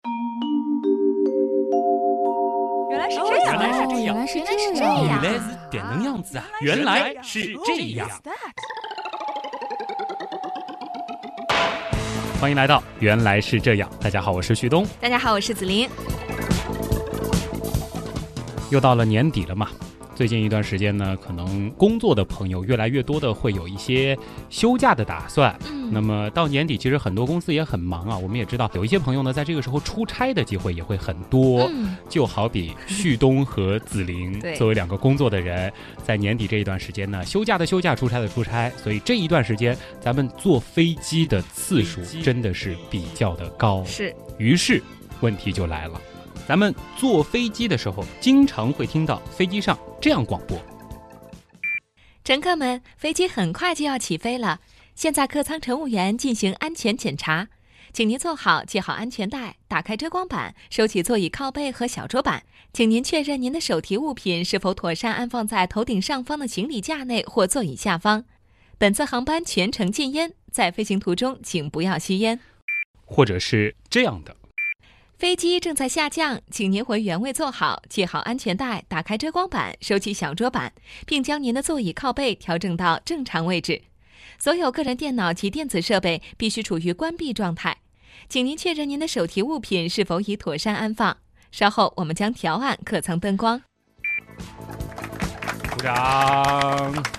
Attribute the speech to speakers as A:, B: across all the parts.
A: 哦原来是这
B: 哦原
A: 样，
B: 来
C: 啊
B: 是
C: 原来是
B: 这
C: 这
B: 样。啊
C: 样啊
A: 原来是这能样子啊，原来是这样。欢迎来到《原来是这样》，大家好，我是旭东。
C: 大家好，我是子琳。
A: 又到了年底了嘛，最近一段时间呢，可能工作的朋友越来越多的会有一些休假的打算。
C: 嗯
A: 那么到年底，其实很多公司也很忙啊。我们也知道，有一些朋友呢，在这个时候出差的机会也会很多。
C: 嗯
A: 就好比旭东和子琳
C: 对
A: 作为两个工作的人，在年底这一段时间呢，休假的休假，出差的出差，所以这一段时间咱们坐飞机的次数真的是比较的高。
C: 是
A: 于是问题就来了，咱们坐飞机的时候，经常会听到飞机上这样广播。
C: 乘客们，飞机很快就要起飞了，现在客舱乘务员进行安全检查，请您坐好，系好安全带，打开遮光板，收起座椅靠背和小桌板，请您确认您的手提物品是否妥善安放在头顶上方的行李架内或座椅下方。本次航班全程禁烟，在飞行途中请不要吸烟。
A: 或者是这样的，
C: 飞机正在下降，请您回原位坐好，系好安全带，打开遮光板，收起小桌板，并将您的座椅靠背调整到正常位置。所有个人电脑及电子设备必须处于关闭状态，请您确认您的手提物品是否已妥善安放。稍后我们将调暗客舱灯光。
A: 鼓掌！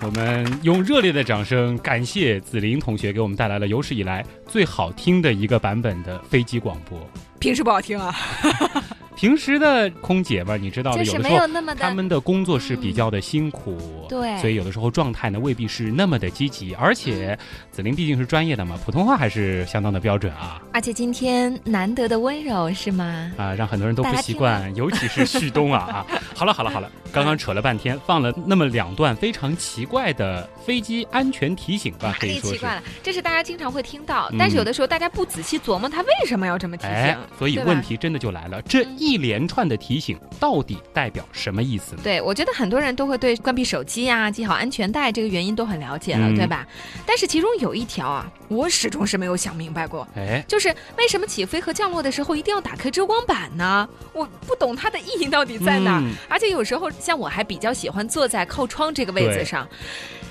A: 我们用热烈的掌声感谢子琳同学给我们带来了有史以来最好听的一个版本的飞机广播。
C: 平时不好听啊，
A: 平时的空姐吧，你知道的，
C: 就是
A: 有的
C: 没
A: 时
C: 有
A: 候
C: 那么的
A: 她们的工作是比较的辛苦，
C: 嗯对
A: 所以有的时候状态呢未必是那么的积极。而且子琳毕竟是专业的嘛，普通话还是相当的标准啊
C: 而且今天难得的温柔是吗？
A: 啊，让很多人都不习惯，尤其是旭东啊啊！好了好了好了，刚刚扯了半天，放了那么两段非常奇怪的飞机安全提醒吧，可以说
C: 哎奇
A: 是哎
C: 怪。了，这是大家经常会听到，
A: 嗯
C: 但是有的时候大家不仔细琢磨它为什么要这么提
A: 哎
C: 醒。，
A: 所以
C: 对吧
A: 问题真的就来了，这一连串的提醒到底代表什么意思呢？
C: 对，我觉得很多人都会对关闭手机啊、系好安全带这个原因都很了解了，
A: 嗯
C: 对吧？但是其中有一条啊，我始终是没有想明白过，
A: 哎，
C: 就是为什么起飞和降落的时候一定要打开遮光板呢？我不懂它的意义到底在哪儿。
A: 嗯
C: 而且有时候，像我还比较喜欢坐在靠窗这个位
A: 对
C: 子上。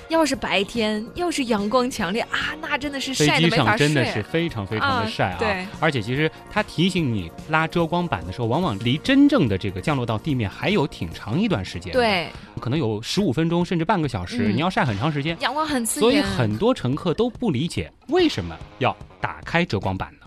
C: 要是白天，要是阳光强烈啊，那真的是
A: 飞
C: 晒得
A: 机
C: 没法睡。
A: 上真的是非常非常的晒啊！
C: 啊对
A: 而且其实它提醒你拉遮光板的时候，往往离真正的这个降落到地面还有挺长一段时间，，
C: 对，
A: 可能有十五分钟甚至半个小时，
C: 嗯
A: 你要晒很长时间，
C: 阳光很刺眼，
A: 所以很多乘客都不理解为什么要打开遮光板呢？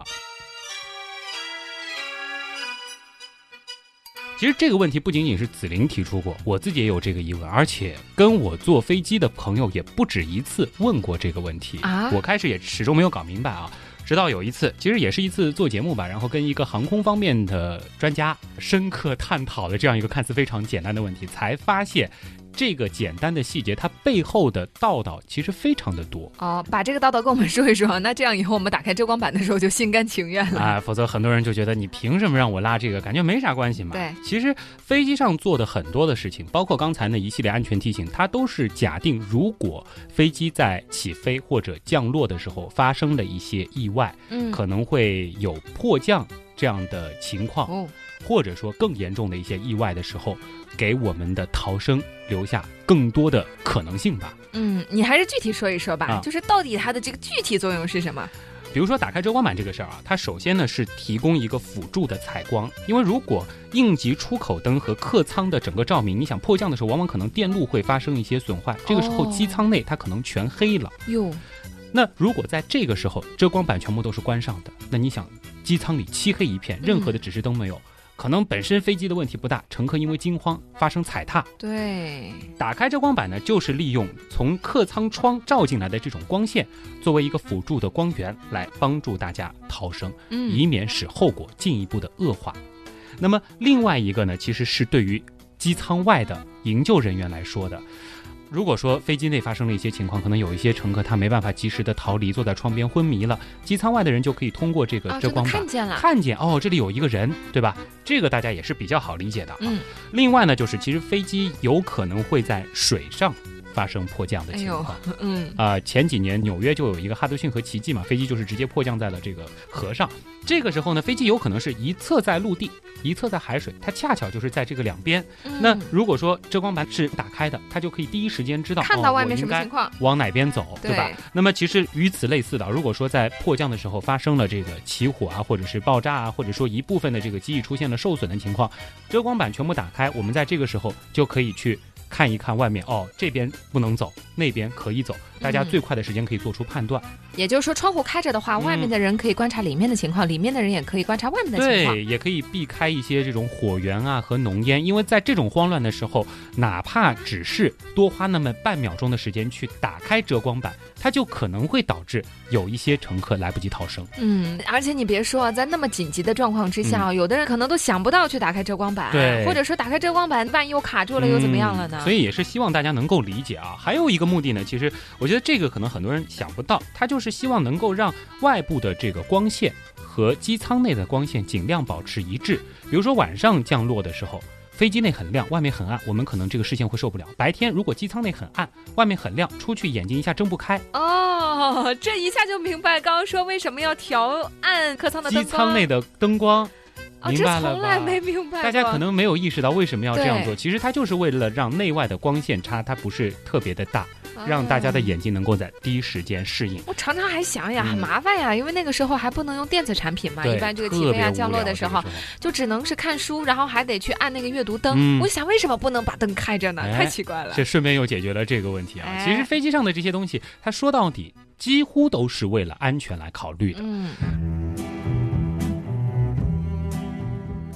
A: 其实这个问题不仅仅是子玲提出过，我自己也有这个疑问，而且跟我坐飞机的朋友也不止一次问过这个问题。
C: 啊
A: 我开始也始终没有搞明白啊，直到有一次，其实也是一次做节目吧，然后跟一个航空方面的专家深刻探讨了这样一个看似非常简单的问题，才发现这个简单的细节它背后的道道其实非常的多。
C: 哦，把这个道道跟我们说一说。那这样以后我们打开遮光板的时候就心甘情愿 了。
A: 啊，否则很多人就觉得你凭什么让我拉这个？感觉没啥关系嘛。
C: 对，
A: 其实飞机上做的很多的事情，包括刚才那一系列安全提醒，它都是假定如果飞机在起飞或者降落的时候发生了一些意外，
C: 嗯，
A: 可能会有迫降这样的情况，
C: 哦，
A: 或者说更严重的一些意外的时候，给我们的逃生留下更多的可能性吧。
C: 嗯，你还是具体说一说吧，
A: 啊
C: 就是到底它的这个具体作用是什么？
A: 比如说打开遮光板这个事儿啊，它首先呢是提供一个辅助的采光，因为如果应急出口灯和客舱的整个照明，你想迫降的时候，往往可能电路会发生一些损坏，这个时候
C: 哦
A: 机舱内它可能全黑了。
C: 哟，
A: 那如果在这个时候遮光板全部都是关上的，那你想机舱里漆黑一片，任何的指示灯没有。可能本身飞机的问题不大，乘客因为惊慌发生踩踏，
C: 对，
A: 打开遮光板呢，就是利用从客舱窗照进来的这种光线，作为一个辅助的光源来帮助大家逃生。
C: 嗯，
A: 以免使后果进一步的恶化。那么另外一个呢，其实是对于机舱外的营救人员来说的。如果说飞机内发生了一些情况，可能有一些乘客他没办法及时的逃离，坐在窗边昏迷了，机舱外的人就可以通过这个
C: 啊，
A: 遮
C: 真的
A: 光板、
C: 看见了，
A: 看见哦，这里有一个人，对吧？这个大家也是比较好理解的啊。
C: 嗯，
A: 另外呢，就是其实飞机有可能会在水上发生迫降的情况。
C: 嗯
A: 啊、前几年纽约就有一个哈德逊河奇迹嘛，飞机就是直接迫降在了这个河上。这个时候呢，飞机有可能是一侧在陆地，一侧在海水，它恰巧就是在这个两边。
C: 嗯
A: 那如果说遮光板是打开的，它就可以第一时间知道
D: 看
A: 哦
D: 到外
A: 我
D: 面什
A: 应
D: 么
A: 该
D: 情况，
A: 往哪边走，对吧
D: 对？
A: 那么其实与此类似的，如果说在迫降的时候发生了这个起火啊，或者是爆炸啊，或者说一部分的这个机翼出现了受损的情况，遮光板全部打开，我们在这个时候就可以去看一看外面，哦，这边不能走，那边可以走，大家
C: 嗯
A: 最快的时间可以做出判断。
C: 也就是说，窗户开着的话，
A: 嗯
C: 外面的人可以观察里面的情况，里面的人也可以观察外面的情况。
A: 对，也可以避开一些这种火源啊和浓烟，因为在这种慌乱的时候，哪怕只是多花那么半秒钟的时间去打开遮光板，它就可能会导致有一些乘客来不及逃生。
C: 嗯，而且你别说，在那么紧急的状况之下，有的人可能都想不到去打开遮光板，
A: 嗯对
C: 或者说打开遮光板，万一又卡住了，又怎么样了呢
A: 嗯？所以也是希望大家能够理解啊。还有一个目的呢，其实我觉得这个可能很多人想不到，它就是希望能够让外部的这个光线和机舱内的光线尽量保持一致。比如说晚上降落的时候。飞机内很亮，外面很暗，我们可能这个视线会受不了。白天如果机舱内很暗，外面很亮，出去眼睛一下睁不开，
C: 哦，这一下就明白刚刚说为什么要调暗客舱的
A: 机
C: 灯光。
A: 舱内的灯光，
C: 哦，
A: 明
C: 这
A: 白了
C: 从来
A: 吧
C: 没明白过。
A: 大家可能没有意识到为什么要这样
C: 对
A: 做。其实它就是为了让内外的光线差，它不是特别的大，让大家的
C: 啊。
A: 眼睛能够在第一时间适应。
C: 我常常还想呀，
A: 嗯
C: 很麻烦呀，因为那个时候还不能用电子产品嘛，
A: 对，
C: 一般这个
A: 特
C: 起飞
A: 别
C: 啊、
A: 无
C: 降落
A: 聊
C: 的
A: 这
C: 时
A: 个
C: 候，就只能是看书，然后还得去按那个阅读灯。
A: 嗯
C: 我想为什么不能把灯开着呢？
A: 哎
C: 太奇怪了。
A: 这顺便又解决了这个问题啊。
C: 哎
A: 其实飞机上的这些东西，它说到底几乎都是为了安全来考虑的。
C: 嗯，嗯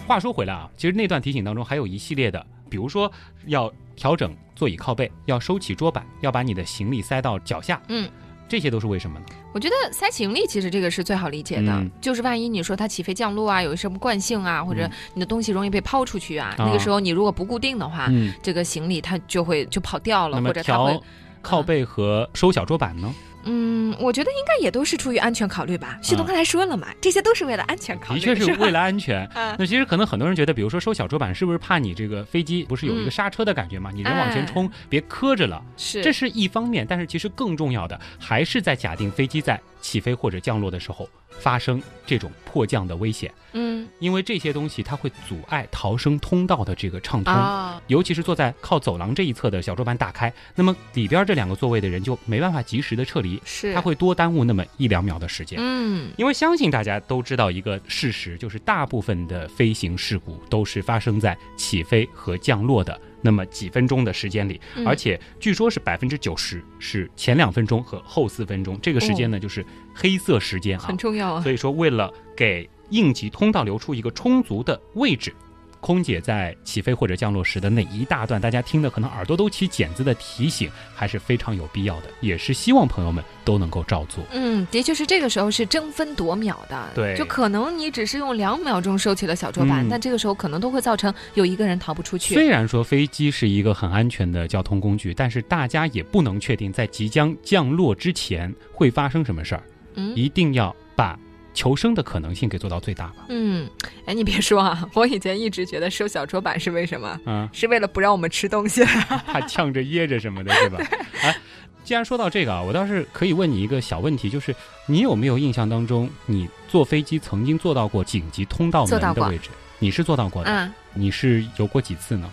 A: 话说回来啊，其实那段提醒当中还有一系列的，比如说要调整座椅靠背，要收起桌板，要把你的行李塞到脚下，
C: 嗯，
A: 这些都是为什么呢？
C: 我觉得塞行李其实这个是最好理解的，
A: 嗯
C: 就是万一你说它起飞降落啊，有什么惯性啊，或者
A: 嗯
C: 你的东西容易被抛出去啊，
A: 啊
C: 那个时候你如果不固定的话，
A: 嗯，
C: 这个行李它就会就跑掉
A: 那
C: 了，啊
A: 么
C: 或者它会
A: 调，靠背和收小桌 板呢？
C: 嗯，我觉得应该也都是出于安全考虑吧。旭东
A: 嗯
C: 刚才说了嘛，这些都是为了安全考
A: 的
C: 虑，
A: 确是
C: 吧
A: 为了安全。
C: 啊
A: 那其实可能很多人觉得，比如说收小桌板，是不是怕你这个飞机不是有一个
C: 嗯
A: 刹车的感觉嘛？你人往前
C: 哎
A: 冲，别磕着了。
C: 是
A: 这是一方面，但是其实更重要的还是在假定飞机在起飞或者降落的时候发生这种迫降的危险，
C: 嗯
A: 因为这些东西它会阻碍逃生通道的这个畅通。
C: 啊，
A: 尤其是坐在靠走廊这一侧的小桌板打开，那么里边这两个座位的人就没办法及时的撤离，
C: 是
A: 它会多耽误那么一两秒的时间。
C: 嗯
A: 因为相信大家都知道一个事实，就是大部分的飞行事故都是发生在起飞和降落的那么几分钟的时间里，
C: 嗯
A: 而且据说是百分之九十是前两分钟和后四分钟，这个时间呢就是黑色时间啊
C: 很。重要啊，
A: 所以说，为了给应急通道留出一个充足的位置，空姐在起飞或者降落时的那一大段，大家听的可能耳朵都起茧子的提醒，还是非常有必要的，也是希望朋友们都能够照做。
C: 嗯，的确是这个时候是争分夺秒的，
A: 对
C: 就可能你只是用两秒钟收起了小桌板，
A: 嗯
C: 但这个时候可能都会造成有一个人逃不出去。
A: 虽然说飞机是一个很安全的交通工具，但是大家也不能确定在即将降落之前会发生什么事儿，
C: 嗯
A: 一定要把求生的可能性给做到最大吧。
C: 嗯，哎，你别说啊，我以前一直觉得收小桌板是为什么？
A: 嗯，
C: 是为了不让我们吃东西。
A: 怕呛着噎着什么的，是 吧？哎，既然说到这个啊，我倒是可以问你一个小问题，就是你有没有印象当中，你坐飞机曾经坐到过紧急通道门
C: 坐到
A: 的
C: 过
A: 位置？你是坐到过的，
C: 嗯，
A: 你是有过几次呢？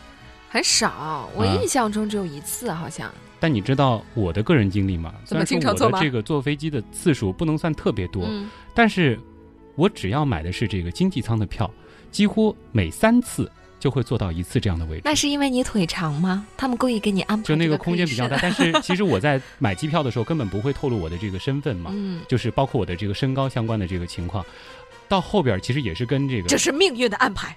C: 很少，我
A: 啊
C: 印象中只有一次，好像。
A: 但你知道我的个人经历吗？
C: 怎
A: 虽
C: 么
A: 然说
C: 经常坐
A: 我的
C: 吗
A: 这个坐飞机的次数不能算特别多，
C: 嗯，
A: 但是我只要买的是这个经济舱的票，几乎每三次就会坐到一次这样的位置。
C: 那是因为你腿长吗？他们故意给你安排
A: 就那
C: 这
A: 个
C: 个
A: 空间比较大，但是其实我在买机票的时候根本不会透露我的这个身份嘛
C: 可以，是。嗯，
A: 就是包括我的这个身高相关的这个情况。到后边儿其实也是跟这个
C: 这是命运的安排。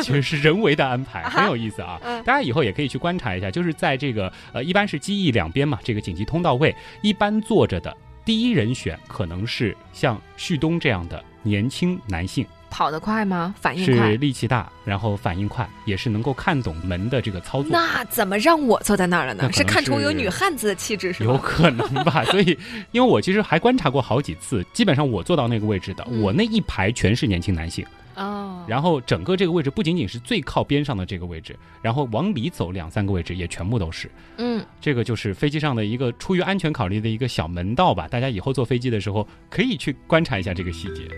A: 其实是人为的安排，
C: 啊
A: 很有意思啊。
C: 嗯
A: 大家以后也可以去观察一下，就是在这个呃，一般是机翼两边嘛，这个紧急通道位，一般坐着的第一人选可能是像旭东这样的年轻男性，
C: 跑得快吗？反应
A: 是
C: 快？
A: 力气大，然后反应快，也是能够看懂门的这个操作。
C: 那怎么让我坐在那儿了
A: 那
C: 呢？
A: 可
C: 是
A: 能
C: 看出
A: 是
C: 有女汉子的气质是
A: 有
C: 吗？
A: 可能吧，所以，因为我其实还观察过好几次，基本上我坐到那个位置的，
C: 嗯
A: 我那一排全是年轻男性，
C: 哦，
A: 然后整个这个位置不仅仅是最靠边上的这个位置，然后往里走两三个位置也全部都是。
C: 嗯，
A: 这个就是飞机上的一个出于安全考虑的一个小门道吧，大家以后坐飞机的时候可以去观察一下这个细节。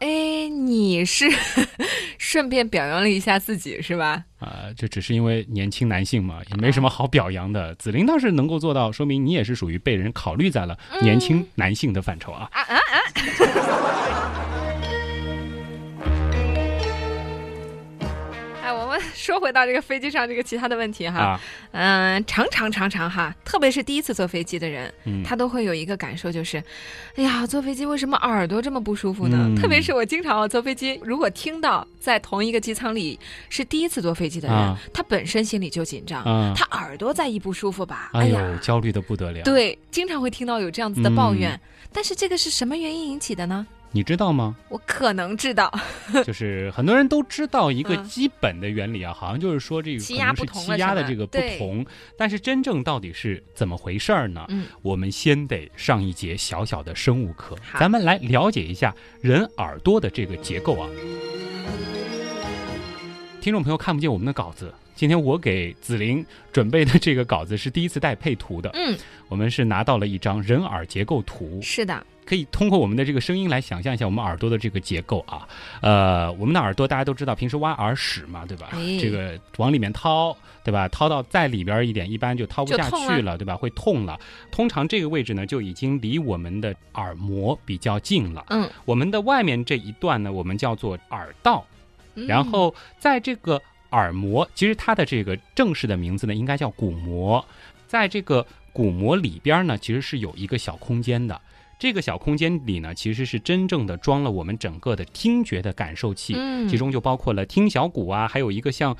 C: 哎，你是 顺便表扬了一下自己是吧？
A: 啊、这只是因为年轻男性嘛，也没
C: 哦
A: 什么好表扬的。紫菱倒是能够做到，说明你也是属于被人考虑在了
C: 嗯
A: 年轻男性的范畴啊。
C: 啊啊啊！哎，我们说回到这个飞机上这个其他的问题哈，
A: 啊，
C: 嗯、常常常常哈，特别是第一次坐飞机的人，
A: 嗯，
C: 他都会有一个感受，就是，哎呀，坐飞机为什么耳朵这么不舒服呢？
A: 嗯
C: 特别是我经常啊坐飞机，如果听到在同一个机舱里是第一次坐飞机的人，
A: 啊
C: 他本身心里就紧张，
A: 啊
C: 他耳朵再一不舒服吧，
A: 哎
C: 呀，
A: 呦，焦虑的不得了。，
C: 对，经常会听到有这样子的抱
A: 嗯
C: 怨。但是这个是什么原因引起的呢？
A: 你知 道吗？
C: 我可能知道，
A: 就是很多人都知道一个
C: 嗯
A: 基本的原理啊，好像就是说这个
C: 气
A: 可
C: 压
A: 能是
C: 不同
A: 气
C: 了
A: 压
C: 是
A: 的
C: 吧
A: 这个不
C: 对
A: 同，但是真正到底是怎么回事儿呢？
C: 嗯
A: 我们先得上一节小小的生物课，
C: 好
A: 咱们来了解一下人耳朵的这个结构啊。听众朋友看不见我们的稿子，今天我给紫菱准备的这个稿子是第一次带配图的，
C: 嗯，
A: 我们是拿到了一张人耳结构图，
C: 是的，
A: 可以通过我们的这个声音来想象一下我们耳朵的这个结构啊。呃，我们的耳朵大家都知道，平时挖耳屎嘛，对吧？
C: 哎
A: 这个往里面掏，对吧？掏到再里边一点，一般就掏不
C: 就
A: 下
C: 痛
A: 去了，对吧？会痛了。通常这个位置呢，就已经离我们的耳膜比较近了。
C: 嗯，
A: 我们的外面这一段呢，我们叫做耳道。
C: 嗯
A: 然后在这个耳膜，其实它的这个正式的名字呢，应该叫鼓膜。在这个鼓膜里边呢，其实是有一个小空间的。这个小空间里呢，其实是真正的装了我们整个的听觉的感受器，
C: 嗯，
A: 其中就包括了听小鼓啊，还有一个像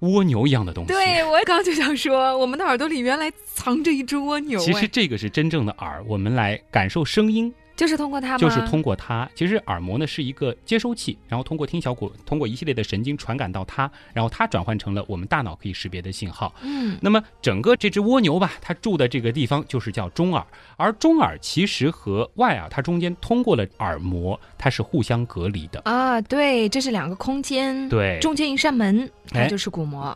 A: 蜗牛一样的东西。
C: 对我刚就想说，我们的耳朵里原来藏着一只蜗牛，
A: 其
C: 哎
A: 实这个是真正的耳，我们来感受声音
C: 就是通过它吗？
A: 就是通过它，其实耳膜呢是一个接收器，然后通过听小骨，通过一系列的神经传感到它，然后它转换成了我们大脑可以识别的信号。
C: 嗯
A: 那么整个这只蜗牛吧，它住的这个地方就是叫中耳，而中耳其实和外耳它中间通过了耳膜，它是互相隔离的。
C: 啊，对，这是两个空间，，
A: 对，
C: 中间一扇门，它
A: 哎
C: 就是鼓膜，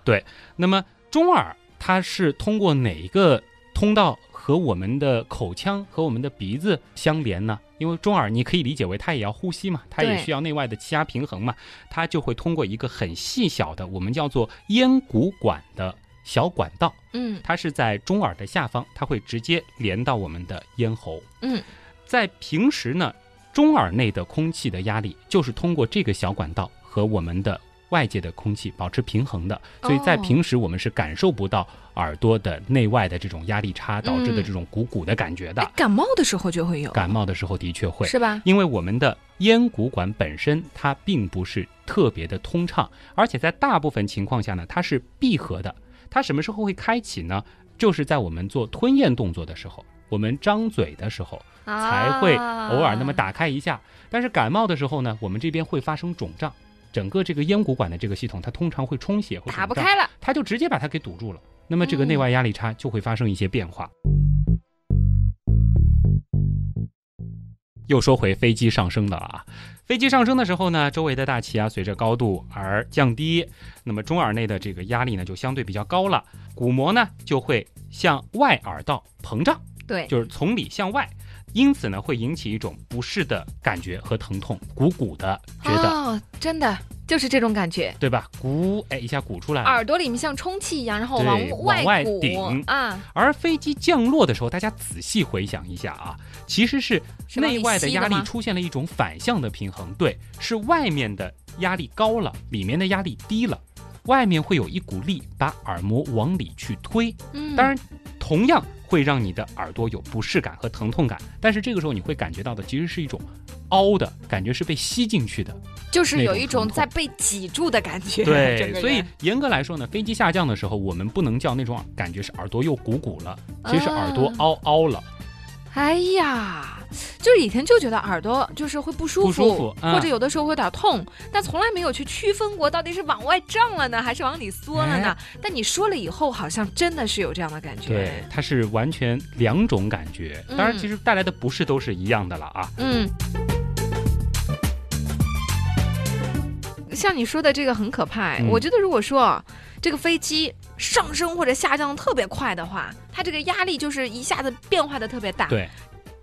A: 那么中耳它是通过哪一个通道和我们的口腔和我们的鼻子相连呢？因为中耳你可以理解为它也要呼吸嘛，它也
C: 对
A: 需要内外的气压平衡嘛，它就会通过一个很细小的我们叫做咽鼓管的小管道，
C: 嗯
A: 它是在中耳的下方，它会直接连到我们的咽喉。
C: 嗯，
A: 在平时呢，中耳内的空气的压力就是通过这个小管道和我们的外界的空气保持平衡的，
C: 哦
A: 所以在平时我们是感受不到耳朵的内外的这种压力差导致的这种鼓鼓的感觉的。
C: 哎感冒的时候就会有，
A: 感冒的时候的确会，
C: 是吧？
A: 因为我们的咽鼓管本身它并不是特别的通畅，而且在大部分情况下呢，它是闭合的。它什么时候会开启呢？就是在我们做吞咽动作的时候，我们张嘴的时候，才会
C: 啊
A: 偶尔那么打开一下。但是感冒的时候呢，我们这边会发生肿胀，整个这个咽鼓管的这个系统，它通常会充血，会
C: 打不
A: 肿胀，
C: 开了，
A: 它就直接把它给堵住了。那么这个
C: 嗯
A: 内外压力差就会发生一些变化。又说回飞机上升的了啊，飞机上升的时候呢，周围的大气压随着高度而降低，那么中耳内的这个压力呢就相对比较高了，鼓膜呢就会向外耳道膨胀。
C: 对，
A: 就是从里向外，因此呢会引起一种不适的感觉和疼痛，鼓鼓的，觉得、
C: 哦，真的就是这种感觉。
A: 对吧？鼓哎一下鼓出来了。
C: 耳朵里面像充气一样，然后
A: 对
C: 往
A: 往外
C: 鼓
A: 顶
C: 啊，
A: 而飞机降落的时候，大家仔细回想一下啊，其实是
C: 是往里
A: 内外的
C: 吸的
A: 压力
C: 吗
A: 出现了一种反向的平衡，对，是外面的压力高了，里面的压力低了，外面会有一股力把耳膜往里去推，
C: 嗯，
A: 当然，同样会让你的耳朵有不适感和疼痛感，但是这个时候你会感觉到的其实是一种凹的感觉，是被吸进去的。
C: 就是
A: 那
C: 有
A: 种
C: 一种
A: 疼痛
C: 在被挤住的感觉。整个
A: 所以
C: 人
A: 严格来说呢，飞机下降的时候，我们不能叫那种啊感觉是耳朵又鼓鼓了，其实是耳朵
C: 啊
A: 凹凹了。
C: 哎呀，就是以前就觉得耳朵就是会不舒服，
A: 不舒服嗯
C: 或者有的时候会有点痛，但从来没有去区分过到底是往外胀了呢，还是往里缩了呢。但你说了以后，好像真的是有这样的感觉。
A: 哎对，，它是完全两种感觉。当然，
C: 嗯
A: 其实带来的不适都是一样的了啊。
C: 嗯。像你说的这个很可怕、哎
A: 嗯
C: 我觉得如果说这个飞机上升或者下降特别快的话，它这个压力就是一下子变化的特别大，
A: 对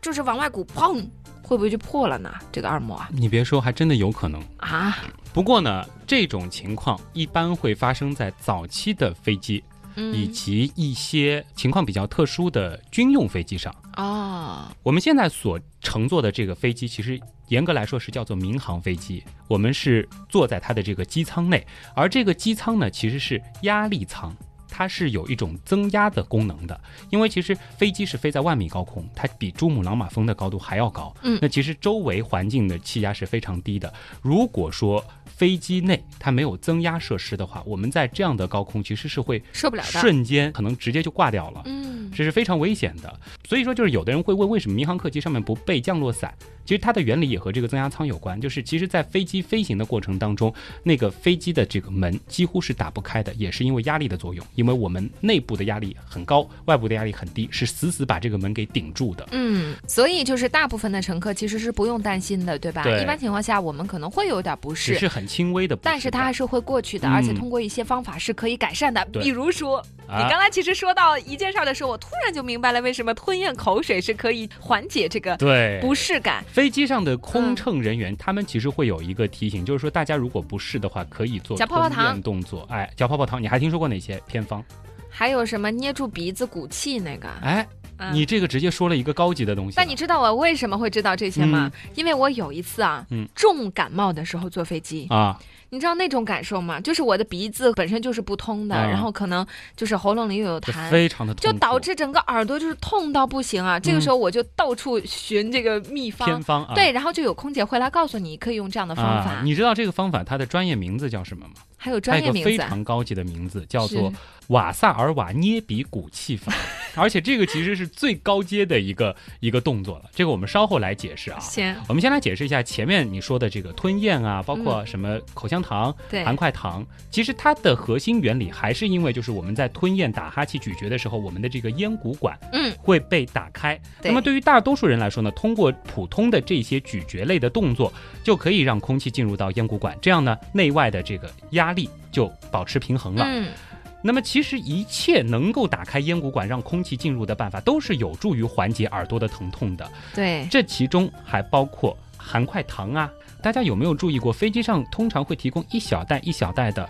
C: 就是往外鼓，砰，会不会就破了呢？这个二模啊
A: 你别说，还真的有可能。
C: 啊，
A: 不过呢，这种情况一般会发生在早期的飞机以
C: 嗯，
A: 及一些情况比较特殊的军用飞机上。
C: 哦，
A: 我们现在所乘坐的这个飞机，其实严格来说是叫做民航飞机。我们是坐在它的这个机舱内，而这个机舱呢，其实是压力舱，它是有一种增压的功能的。因为其实飞机是飞在万米高空，它比珠穆朗玛峰的高度还要高。
C: 嗯
A: 那其实周围环境的气压是非常低的。如果说飞机内它没有增压设施的话，我们在这样的高空其实是会
C: 受不了的，
A: 瞬间可能直接就挂掉了。
C: 嗯，
A: 这是非常危险的。所以说，就是有的人会问，为什么民航客机上面不备降落伞？其实它的原理也和这个增压舱有关，就是其实，在飞机飞行的过程当中，那个飞机的这个门几乎是打不开的，也是因为压力的作用，因为我们内部的压力很高，外部的压力很低，是死死把这个门给顶住的。
C: 嗯，所以就是大部分的乘客其实是不用担心的，对吧？
A: 对
C: 一般情况下我们可能会有点不
A: 只
C: 适，
A: 是很轻微的不适感，
C: 但是它还是会过去的，
A: 嗯
C: 而且通过一些方法是可以改善的。
A: 对
C: 比如说，
A: 啊
C: 你刚才其实说到一件事儿的时候，我突然就明白了为什么吞咽口水是可以缓解这个
A: 对
C: 不适感。
A: 飞机上的空
C: 嗯
A: 乘人员，他们其实会有一个提醒，就是说大家如果不适的话，可以做
C: 嚼泡泡
A: 吞咽
C: 糖
A: 动作，哎，嚼泡泡糖。你还听说过哪些偏方？
C: 还有什么捏住鼻子鼓气那个？
A: 哎，
C: 嗯
A: 你这个直接说了一个高级的东西了。
C: 但你知道我为什么会知道这些吗？因为我有一次啊，
A: 嗯
C: 重感冒的时候坐飞机，
A: 啊，
C: 你知道那种感受吗？就是我的鼻子本身就是不通的，
A: 啊
C: 然后可能就是喉咙里又有
A: 这
C: 痰，
A: 非常的痛
C: 就
A: 苦
C: 导致整个耳朵就是痛到不行啊！这个时候我就到处寻这个秘方
A: 偏，方嗯啊。
C: 对，然后就有空姐会来告诉你可以用这样的方法，
A: 啊，你知道这个方法它的专业名字叫什么吗？
C: 还有
A: 它
C: 专
A: 有
C: 业
A: 一个
C: 名
A: 非
C: 字啊，
A: 常高级的名字，叫
C: 是
A: 做瓦萨尔瓦捏鼻鼓 气法。而且这个其实是最高阶的一个一个动作了，这个我们稍后来解释啊。
C: 先
A: 我们先来解释一下前面你说的这个吞咽啊，包括什么口香糖、
C: 嗯对
A: 含块糖，其实它的核心原理还是因为就是我们在吞咽、打哈气、咀嚼的时候，我们的这个咽鼓管
C: 嗯
A: 会被打开。
C: 对
A: 那么对于大多数人来说呢，通过普通的这些咀嚼类的动作，就可以让空气进入到咽鼓管，这样呢内外的这个压力就保持平衡了。
C: 嗯
A: 那么其实一切能够打开咽鼓管让空气进入的办法，都是有助于缓解耳朵的疼痛的。
C: 对
A: 这其中还包括含块糖啊。大家有没有注意过，飞机上通常会提供一小袋一小袋的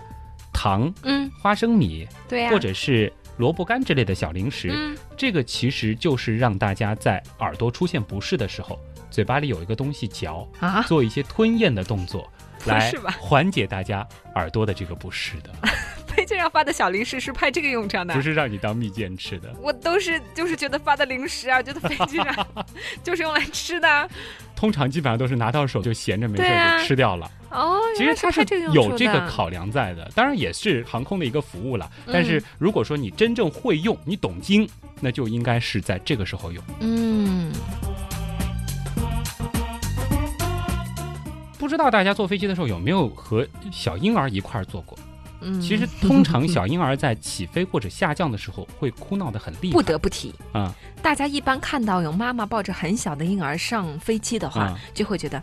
A: 糖、
C: 嗯
A: 花生米，
C: 对呀、
A: 或者是萝卜干之类的小零食。
C: 嗯
A: 这个其实就是让大家在耳朵出现不适的时候，嘴巴里有一个东西嚼，
C: 啊
A: 做一些吞咽的动作，
C: 不
A: 来
C: 是吧
A: 缓解大家耳朵的这个不适 的，
C: 飞机上发的小零食是派这个用场的
A: 不。是让你当蜜饯吃的。
C: 我都是就是觉得发的零食啊，觉得飞机上 就是用来吃的啊
A: 通常基本上都是拿到手就闲着没事
C: 对啊
A: 儿就吃掉了。
C: 哦。
A: 其实它
C: 它
A: 是
C: 这个用
A: 有
C: 处
A: 这个
C: 的
A: 考量在的，当然也是航空的一个服务了。但是
C: 嗯
A: 如果说你真正会用，你懂经，那就应该是在这个时候用。
C: 嗯
A: 不知道大家坐飞机的时候有没有和小婴儿一块儿坐过？
C: 嗯，
A: 其实通常小婴儿在起飞或者下降的时候会哭闹得很厉害。
C: 不得不提
A: 啊，
C: 大家一般看到有妈妈抱着很小的婴儿上飞机的话，
A: 啊
C: 就会觉得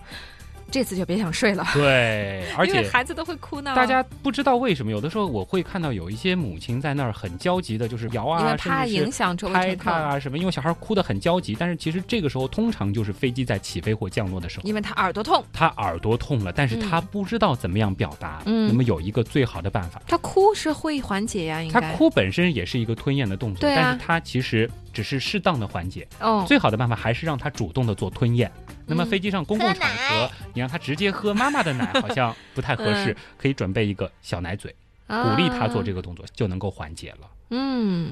C: 这次就别想睡了，
A: 对， 而
C: 因为
A: 且。
C: 孩子都会哭闹。啊
A: 大家不知道为什么，有的时候我会看到有一些母亲在那儿很焦急的，就是摇啊，
C: 因为怕
A: 甚至是
C: 影响周
A: 拍
C: 围乘客，
A: 他啊什么，因为小孩哭得很焦急。但是其实这个时候，通常就是飞机在起飞或降落的时候，
C: 因为他耳朵痛，
A: 他耳朵痛了，但是
C: 嗯
A: 他不知道怎么样表达。
C: 嗯
A: 那么有一个最好的办法，
C: 他哭是会缓解呀、应
A: 他
C: 该。
A: 哭本身也是一个吞咽的动作，
C: 对啊
A: 但是他其实只是适当的缓解。
C: 哦，嗯
A: 最好的办法还是让他主动的做吞咽。那么飞机上公共场合，你让他直接喝妈妈的奶好像不太合
C: 嗯
A: 适，可以准备一个小奶嘴，鼓励他做这
C: 个。
A: 个动作就能够缓解了。
C: 嗯，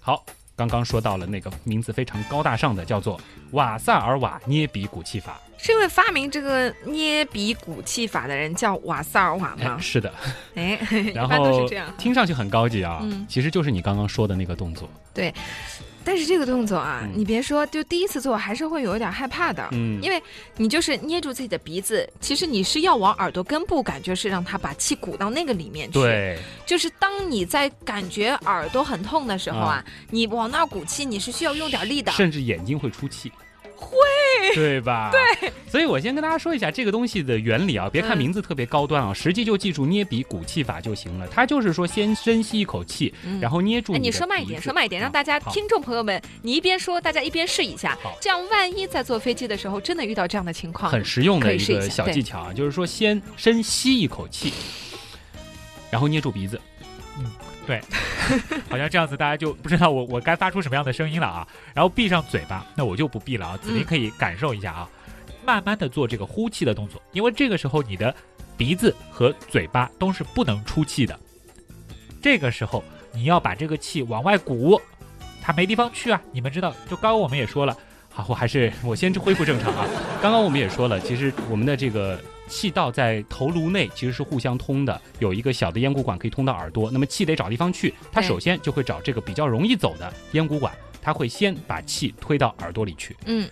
A: 好，刚刚说到了那个名字非常高大上的，叫做瓦萨尔瓦捏鼻鼓气法。
C: 是因为发明这个捏鼻鼓气法的人叫瓦萨尔瓦
A: 哎，
C: 吗？
A: 是的，
C: 哎，嗯 一
A: 然
C: 般都
A: 后
C: 是这样。
A: 听上去很高级啊，
C: 嗯
A: 其实就是你刚刚说的那个动作。
C: 但是这个动作啊，
A: 嗯
C: 你别说，就第一次做还是会有一点害怕的。
A: 嗯
C: 因为你就是捏住自己的鼻子，其实你是要往耳朵根部，感觉是让它把气鼓到那个里面去。，
A: 对，
C: 就是当你在感觉耳朵很
A: 啊
C: 痛的时候啊，你往那儿鼓气，你是需要用点力的。
A: 甚至眼睛会出气。
C: 会，
A: 对 吧？对，所以我先跟大家说一下这个东西的原理啊，别看
C: 嗯
A: 名字特别高端啊，实际就记住捏鼻鼓气法就行了。它就是说，先深吸一口气，
B: 嗯
A: 然后捏住
C: 哎，
A: 的
C: 你说慢一
A: 鼻
C: 点，
A: 子
C: 说慢一点，
A: 啊
C: 让大家
A: 好
C: 听众朋友们，你一边说，大家一边试一下
A: 好，
C: 这样万一在坐飞机的时候真的遇到这样的情况，
A: 很实用
C: 可
A: 的
C: 以
A: 一
C: 试一
A: 个
C: 下
A: 小
C: 对
A: 技巧啊，就是说先深吸一口气，然后捏住鼻子。
E: 好像这样子大家就不知道我我该发出什么样的声音了啊。然后闭上嘴巴，那我就不闭了啊，子林
C: 嗯
E: 可以感受一下啊，慢慢的做这个呼气的动作，因为这个时候你的鼻子和嘴巴都是不能出气的，这个时候你要把这个气往外鼓，它没地方去啊。你们知道，就刚刚我们也说了，好，我还是
A: 我先恢复正常啊。刚刚我们也说了，其实我们的这个气道在头颅内其实是互相通的，有一个小的咽鼓管可以通到耳朵。那么气得找地方去，它
C: 对
A: 首先就会找这个比较容易走的咽鼓管，它会先把气推到耳朵里去。
C: 嗯，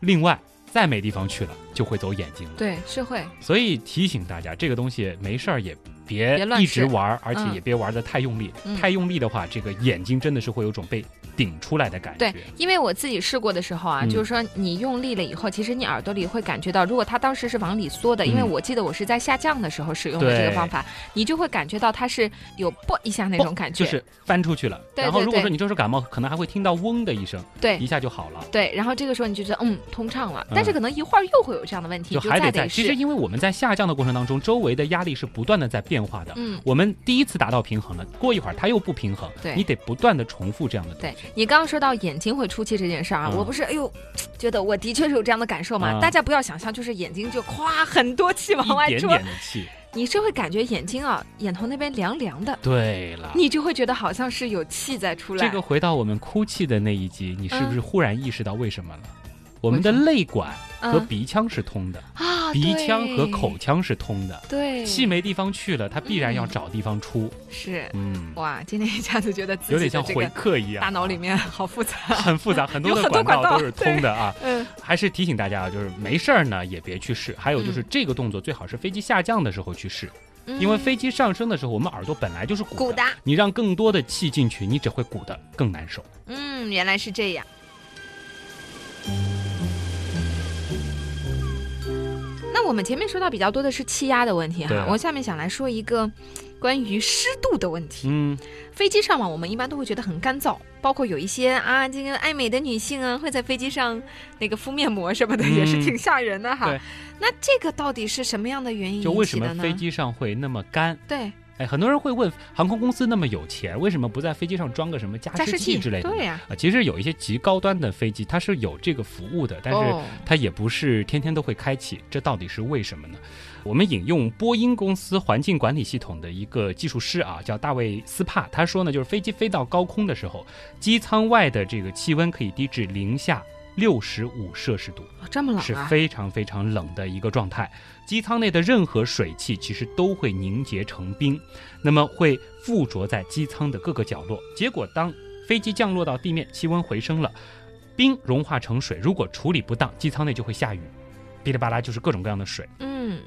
A: 另外，再没地方去了，就会走眼睛了。
C: 对，是会，
A: 所以提醒大家，这个东西没事儿也别
C: 别乱
A: 一直
C: 试
A: 玩儿，而且
C: 嗯
A: 也别玩的太用力。
C: 嗯
A: 太用力的话，这个眼睛真的是会有种被顶出来的感觉。
C: 对，因为我自己试过的时候啊，
A: 嗯
C: 就是说你用力了以后，其实你耳朵里会感觉到，如果它当时是往里缩的，因为
A: 嗯
C: 我记得我是在下降的时候使用的这个
A: 对哦
C: 方法，你就会感觉到它是有啵一下那种感觉，
A: 就是翻出去了。
C: 对
A: 然后
C: 对
A: 如果
C: 对
A: 说你这时候感冒，可能还会听到嗡的一声，
C: 对
A: 一下就好了。
C: 对，然后这个时候你就觉得嗯通畅了
A: 嗯，
C: 但是可能一会儿又会有这样的问题，
A: 就
C: 你
A: 还
C: 再
A: 得
C: 得
A: 在，其
C: 试
A: 实，因为我们在下降的过程当中，周围的压力是不断的在变化的。
C: 嗯。
A: 我们第一次达到平衡了，过一会儿它又不平衡，
C: 对
A: 你得不断的重复这样的东
C: 对
A: 西。
C: 你刚刚说到眼睛会出气这件事儿啊，
A: 嗯
C: 我不是哎呦，觉得我的确是有这样的感受嘛。
A: 嗯
C: 大家不要想象就是眼睛就夸很多气往外
A: 一
C: 出，
A: 点点的气，
C: 你是会感觉眼睛啊眼头那边凉凉的，
A: 对了。
C: 你就会觉得好像是有气在出来。
A: 啊这个回到我们哭泣的那一集，你是不是忽然意识到为什么了？我们的
C: 为什
A: 泪管和
C: 嗯
A: 鼻腔是通的，
C: 啊，
A: 鼻腔和
C: 对
A: 口腔是通的，
C: 对
A: 气没地方去了，它必然要
C: 嗯
A: 找地方出。
C: 是
A: 嗯，
C: 哇，今天一下子觉得自
A: 有
C: 己
A: 点
C: 的
A: 像
C: 这
A: 回啊
C: 个
A: 课一样，
C: 大脑里面 好复杂。
A: 很复杂，很多
C: 有
A: 的
C: 很多
A: 管
C: 管
A: 道
C: 道
A: 都是通的啊。
C: 嗯
A: 还是提醒大家啊，就是没事儿呢也别去试。还有就是这个动作最好是飞机下降的时候去试，
C: 嗯，
A: 因为飞机上升的时候，我们耳朵本来就是鼓的，
C: 鼓哒，
A: 你让更多的气进去，你只会鼓的更难受。
C: 嗯，原来是这样。那我们前面说到比较多的是气压的问题
A: 对
C: 哈
A: 啊，
C: 我下面想来说一个关于湿度的问题。
A: 嗯，
C: 飞机上嘛，我们一般都会觉得很干燥，包括有一些啊，这个爱美的女性啊，会在飞机上那个敷面膜什么的，
A: 嗯
C: 也是挺吓人的哈
A: 对。
C: 那这个到底是什么样的原因
A: 就
C: 引
A: 为什
C: 起的
A: 么
C: 呢？
A: 飞机上会那么干？
C: 对
A: 哎，很多人会问，航空公司那么有钱，为什么不在飞机上装个什么加
C: 加
A: 湿
C: 湿器
A: 器之类的呢？
C: 对呀、
A: 啊，其实有一些极高端的飞机，它是有这个服务的，但是
C: 哦
A: 它也不是天天都会开启，这到底是为什么呢？我们引用波音公司环境管理系统的一个技术师啊，叫大卫斯帕，他说呢，就是飞机飞到高空的时候，机舱外的这个气温可以低至零下六十五摄氏度，
C: 哦这么冷
A: 是
C: 啊，
A: 非常非常冷的一个状态。机舱内的任何水汽其实都会凝结成冰，那么会附着在机舱的各个角落。结果当飞机降落到地面，气温回升了，冰融化成水，如果处理不当，机舱内就会下雨，哔哩吧啦就是各种各样的水。
C: 嗯，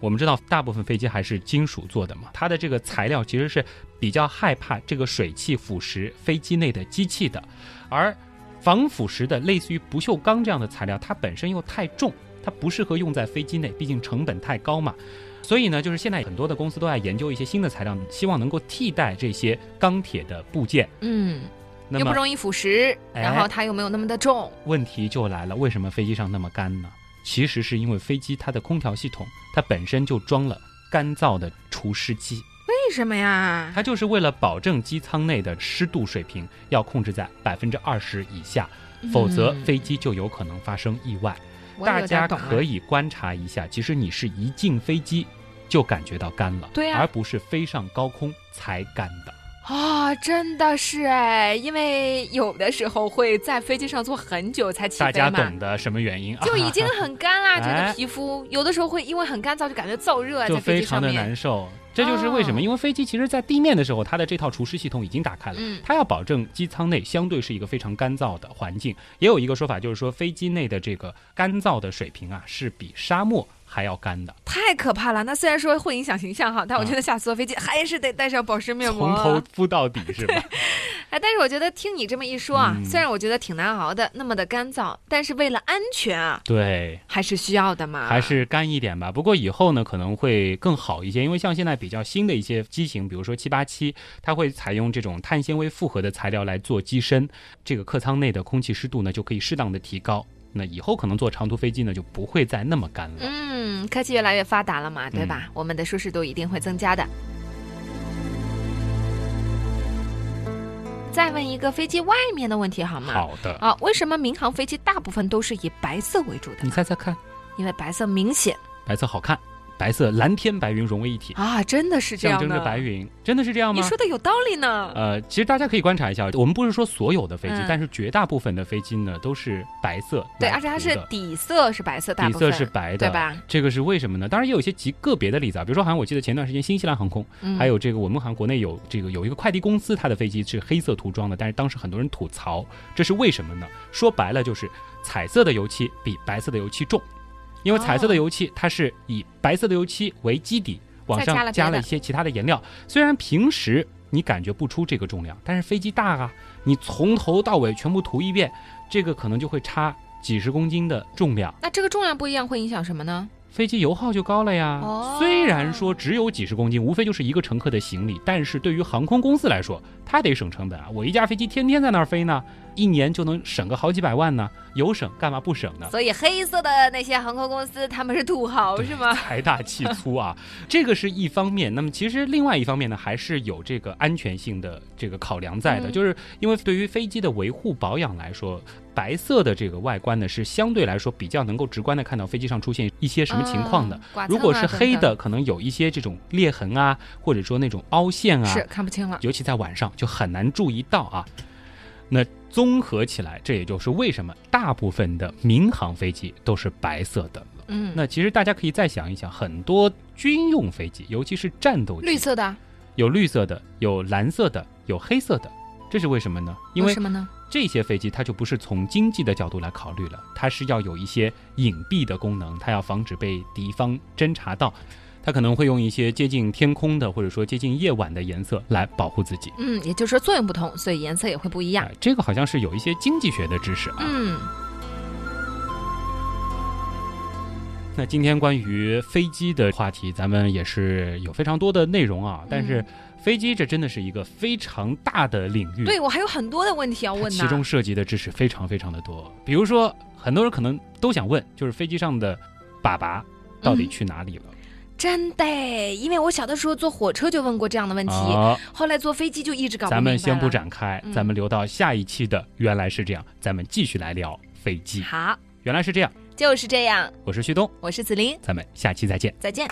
A: 我们知道大部分飞机还是金属做的嘛，它的这个材料其实是比较害怕这个水汽腐蚀飞机内的机器的，而防腐蚀的类似于不锈钢这样的材料，它本身又太重，它不适合用在飞机内，毕竟成本太高嘛。所以呢，就是现在很多的公司都在研究一些新的材料，希望能够替代这些钢铁的部件。
C: 嗯，
A: 那
C: 又不
A: 么
C: 容易腐蚀，
A: 哎
C: 然后它又没有那么的重，
A: 问题就来了，为什么飞机上那么干呢？其实是因为飞机它的空调系统，它本身就装了干燥的除湿机。
C: 为什么呀？
A: 它就是为了保证机舱内的湿度水平要控制在百分之二十以下，否则
C: 嗯
A: 飞机就有可能发生意外。
C: 我
A: 大
C: 有点
A: 家
C: 懂了啊
A: 可以观察一下，其实你是一进飞机就感觉到干了，
C: 对啊
A: 而不是飞上高空才干的。
C: 啊、真的是哎，因为有的时候会在飞机上坐很久才起
A: 大
C: 飞
A: 家
C: 嘛，
A: 懂得什么原因 啊？
C: 就已经很干啦，这
A: 哎
C: 个皮肤有的时候会因为很干燥就感觉燥热啊，
A: 就
C: 在飞
A: 非
C: 机上
A: 常的
C: 面。
A: 难受。这就是为什么，
C: 哦
A: 因为飞机其实在地面的时候，它的这套除湿系统已经打开了，
C: 嗯
A: 它要保证机舱内相对是一个非常干燥的环境。也有一个说法就是说，飞机内的这个干燥的水平啊，是比沙漠还要干的，
C: 太可怕了。那虽然说会影
A: 嗯
C: 啊响形象哈，但我觉得下次坐飞机还是得带上保湿面膜。
A: 从头敷到底是吧？
C: 哎，但是我觉得听你这么一说啊，
A: 嗯
C: 虽然我觉得挺难熬的，那么的干燥，但是为了安全啊，
A: 对，
C: 还是需要的嘛。
A: 还是干一点吧。不过以后呢，可能会更好一些，因为像现在比较新的一些机型，比如说七八七，它会采用这种碳纤维复合的材料来做机身，这个客舱内的空气湿度呢就可以适当的提高。那以后可能坐长途飞机呢就不会再那么干了。
C: 嗯，科技越来越发达了嘛，对
A: 嗯
C: 吧？我们的舒适度一定会增加的。再问一个飞机外面的问题好吗？
A: 好的，
C: 啊，为什么民航飞机大部分都是以白色为主的
A: 你
C: 呢？
A: 猜猜看，
C: 因为白色明显
A: 白色好看，白色蓝天白云融为一体，
C: 啊，真的是这
A: 象
C: 样
A: 征
C: 的。
A: 着白云，真的是这样吗
C: 你？说的有道理呢。
A: 呃，其实大家可以观察一下，我们不是说所有的飞机，
C: 嗯
A: 但是绝大部分的飞机呢都是白色，
C: 对，
A: 蓝
C: 而且它
A: 图
C: 是
A: 的
C: 底色是白色，大
A: 底
C: 部分
A: 色是白的，
C: 对？吧？
A: 这个是为什么呢？当然也有一些极个别的例子啊，比如说好像我记得前段时间新西兰航空，
C: 嗯，
A: 还有这个我们好像国内有这个有一个快递公司，它的飞机是黑色涂装的，但是当时很多人吐槽，这是为什么呢？说白了就是彩色的油漆比白色的油漆重，因
C: 哦
A: 为彩色的油漆它是以白色的油漆为基底，往
C: 再加了别
A: 上加了
C: 的
A: 一些其他的颜料，虽然平时。你感觉不出这个重量，但是飞机大啊，你从头到尾全部涂一遍，这个可能就会差几十公斤的重量。
C: 那这个重量不一样会影响什么呢？
A: 飞机油耗就高了呀。
C: 哦
A: 虽然说只有几十公斤，无非就是一个乘客的行李，但是对于航空公司来说，它得省成本啊。我一架飞机天天在那儿飞呢，一年就能省个好几百万呢，有省干嘛不省 呢？
C: 所以黑色的那些航空公司他们是土豪
A: 啊对
C: 是吗？
A: 财大气粗啊，这个是一方面。那么其实另外一方面呢，还是有这个安全性的这个考量在的，
C: 嗯
A: 就是因为对于飞机的维护保养来说，白色的这个外观呢是相对来说比较能够直观的看到飞机上出现一些什么情况的
C: 啊。？剐
A: 如果
C: 蹭
A: 是
C: 啊
A: 黑
C: 等
A: 的，可能有一些这种裂痕啊，或者说那种凹陷
C: 等
A: 啊，
C: 是看不清了。
A: 尤其在晚上就很难注意到啊。那综合起来，这也就是为什么大部分的民航飞机都是白色的。
C: 嗯，
A: 那其实大家可以再想一想，很多军用飞机，尤其是战斗机，
C: 绿色的，
A: 有绿色的，有蓝色的，有黑色的，这是为什么呢？因为
C: 什么呢？
A: 这些飞机它就不是从经济的角度来考虑了，它是要有一些隐蔽的功能，它要防止被敌方侦察到，它可能会用一些接近天空的或者说接近夜晚的颜色来保护自己。
C: 嗯，也就是说作用不同，所以颜色也会不一样
A: 哎。这个好像是有一些经济学的知识啊。
C: 嗯，
A: 那今天关于飞机的话题，咱们也是有非常多的内容
C: 嗯
A: 啊，但是飞机这真的是一个非常大的领域。
C: 对我还有很多的问题要问
A: 嗯其
C: 呢。
A: 中涉及的知识非常非常的多。比如说，很多人可能都想问，就是飞机上的粑粑到
C: 嗯
A: 底去哪里了？
C: 真的，因为我小的时候坐火车就问过这样的问题，
A: 好，
C: 后来坐飞机就一直搞不
A: 啊咱
C: 明白
A: 们先不
C: 了。
A: 展开，
C: 嗯
A: 咱们留到下一期的。原来是这样，咱们继续来聊飞机。
C: 好，
A: 原来是这样，
C: 就是这样。
A: 我是旭东，
C: 我是子琳，
A: 咱们下期再见。
C: 再见。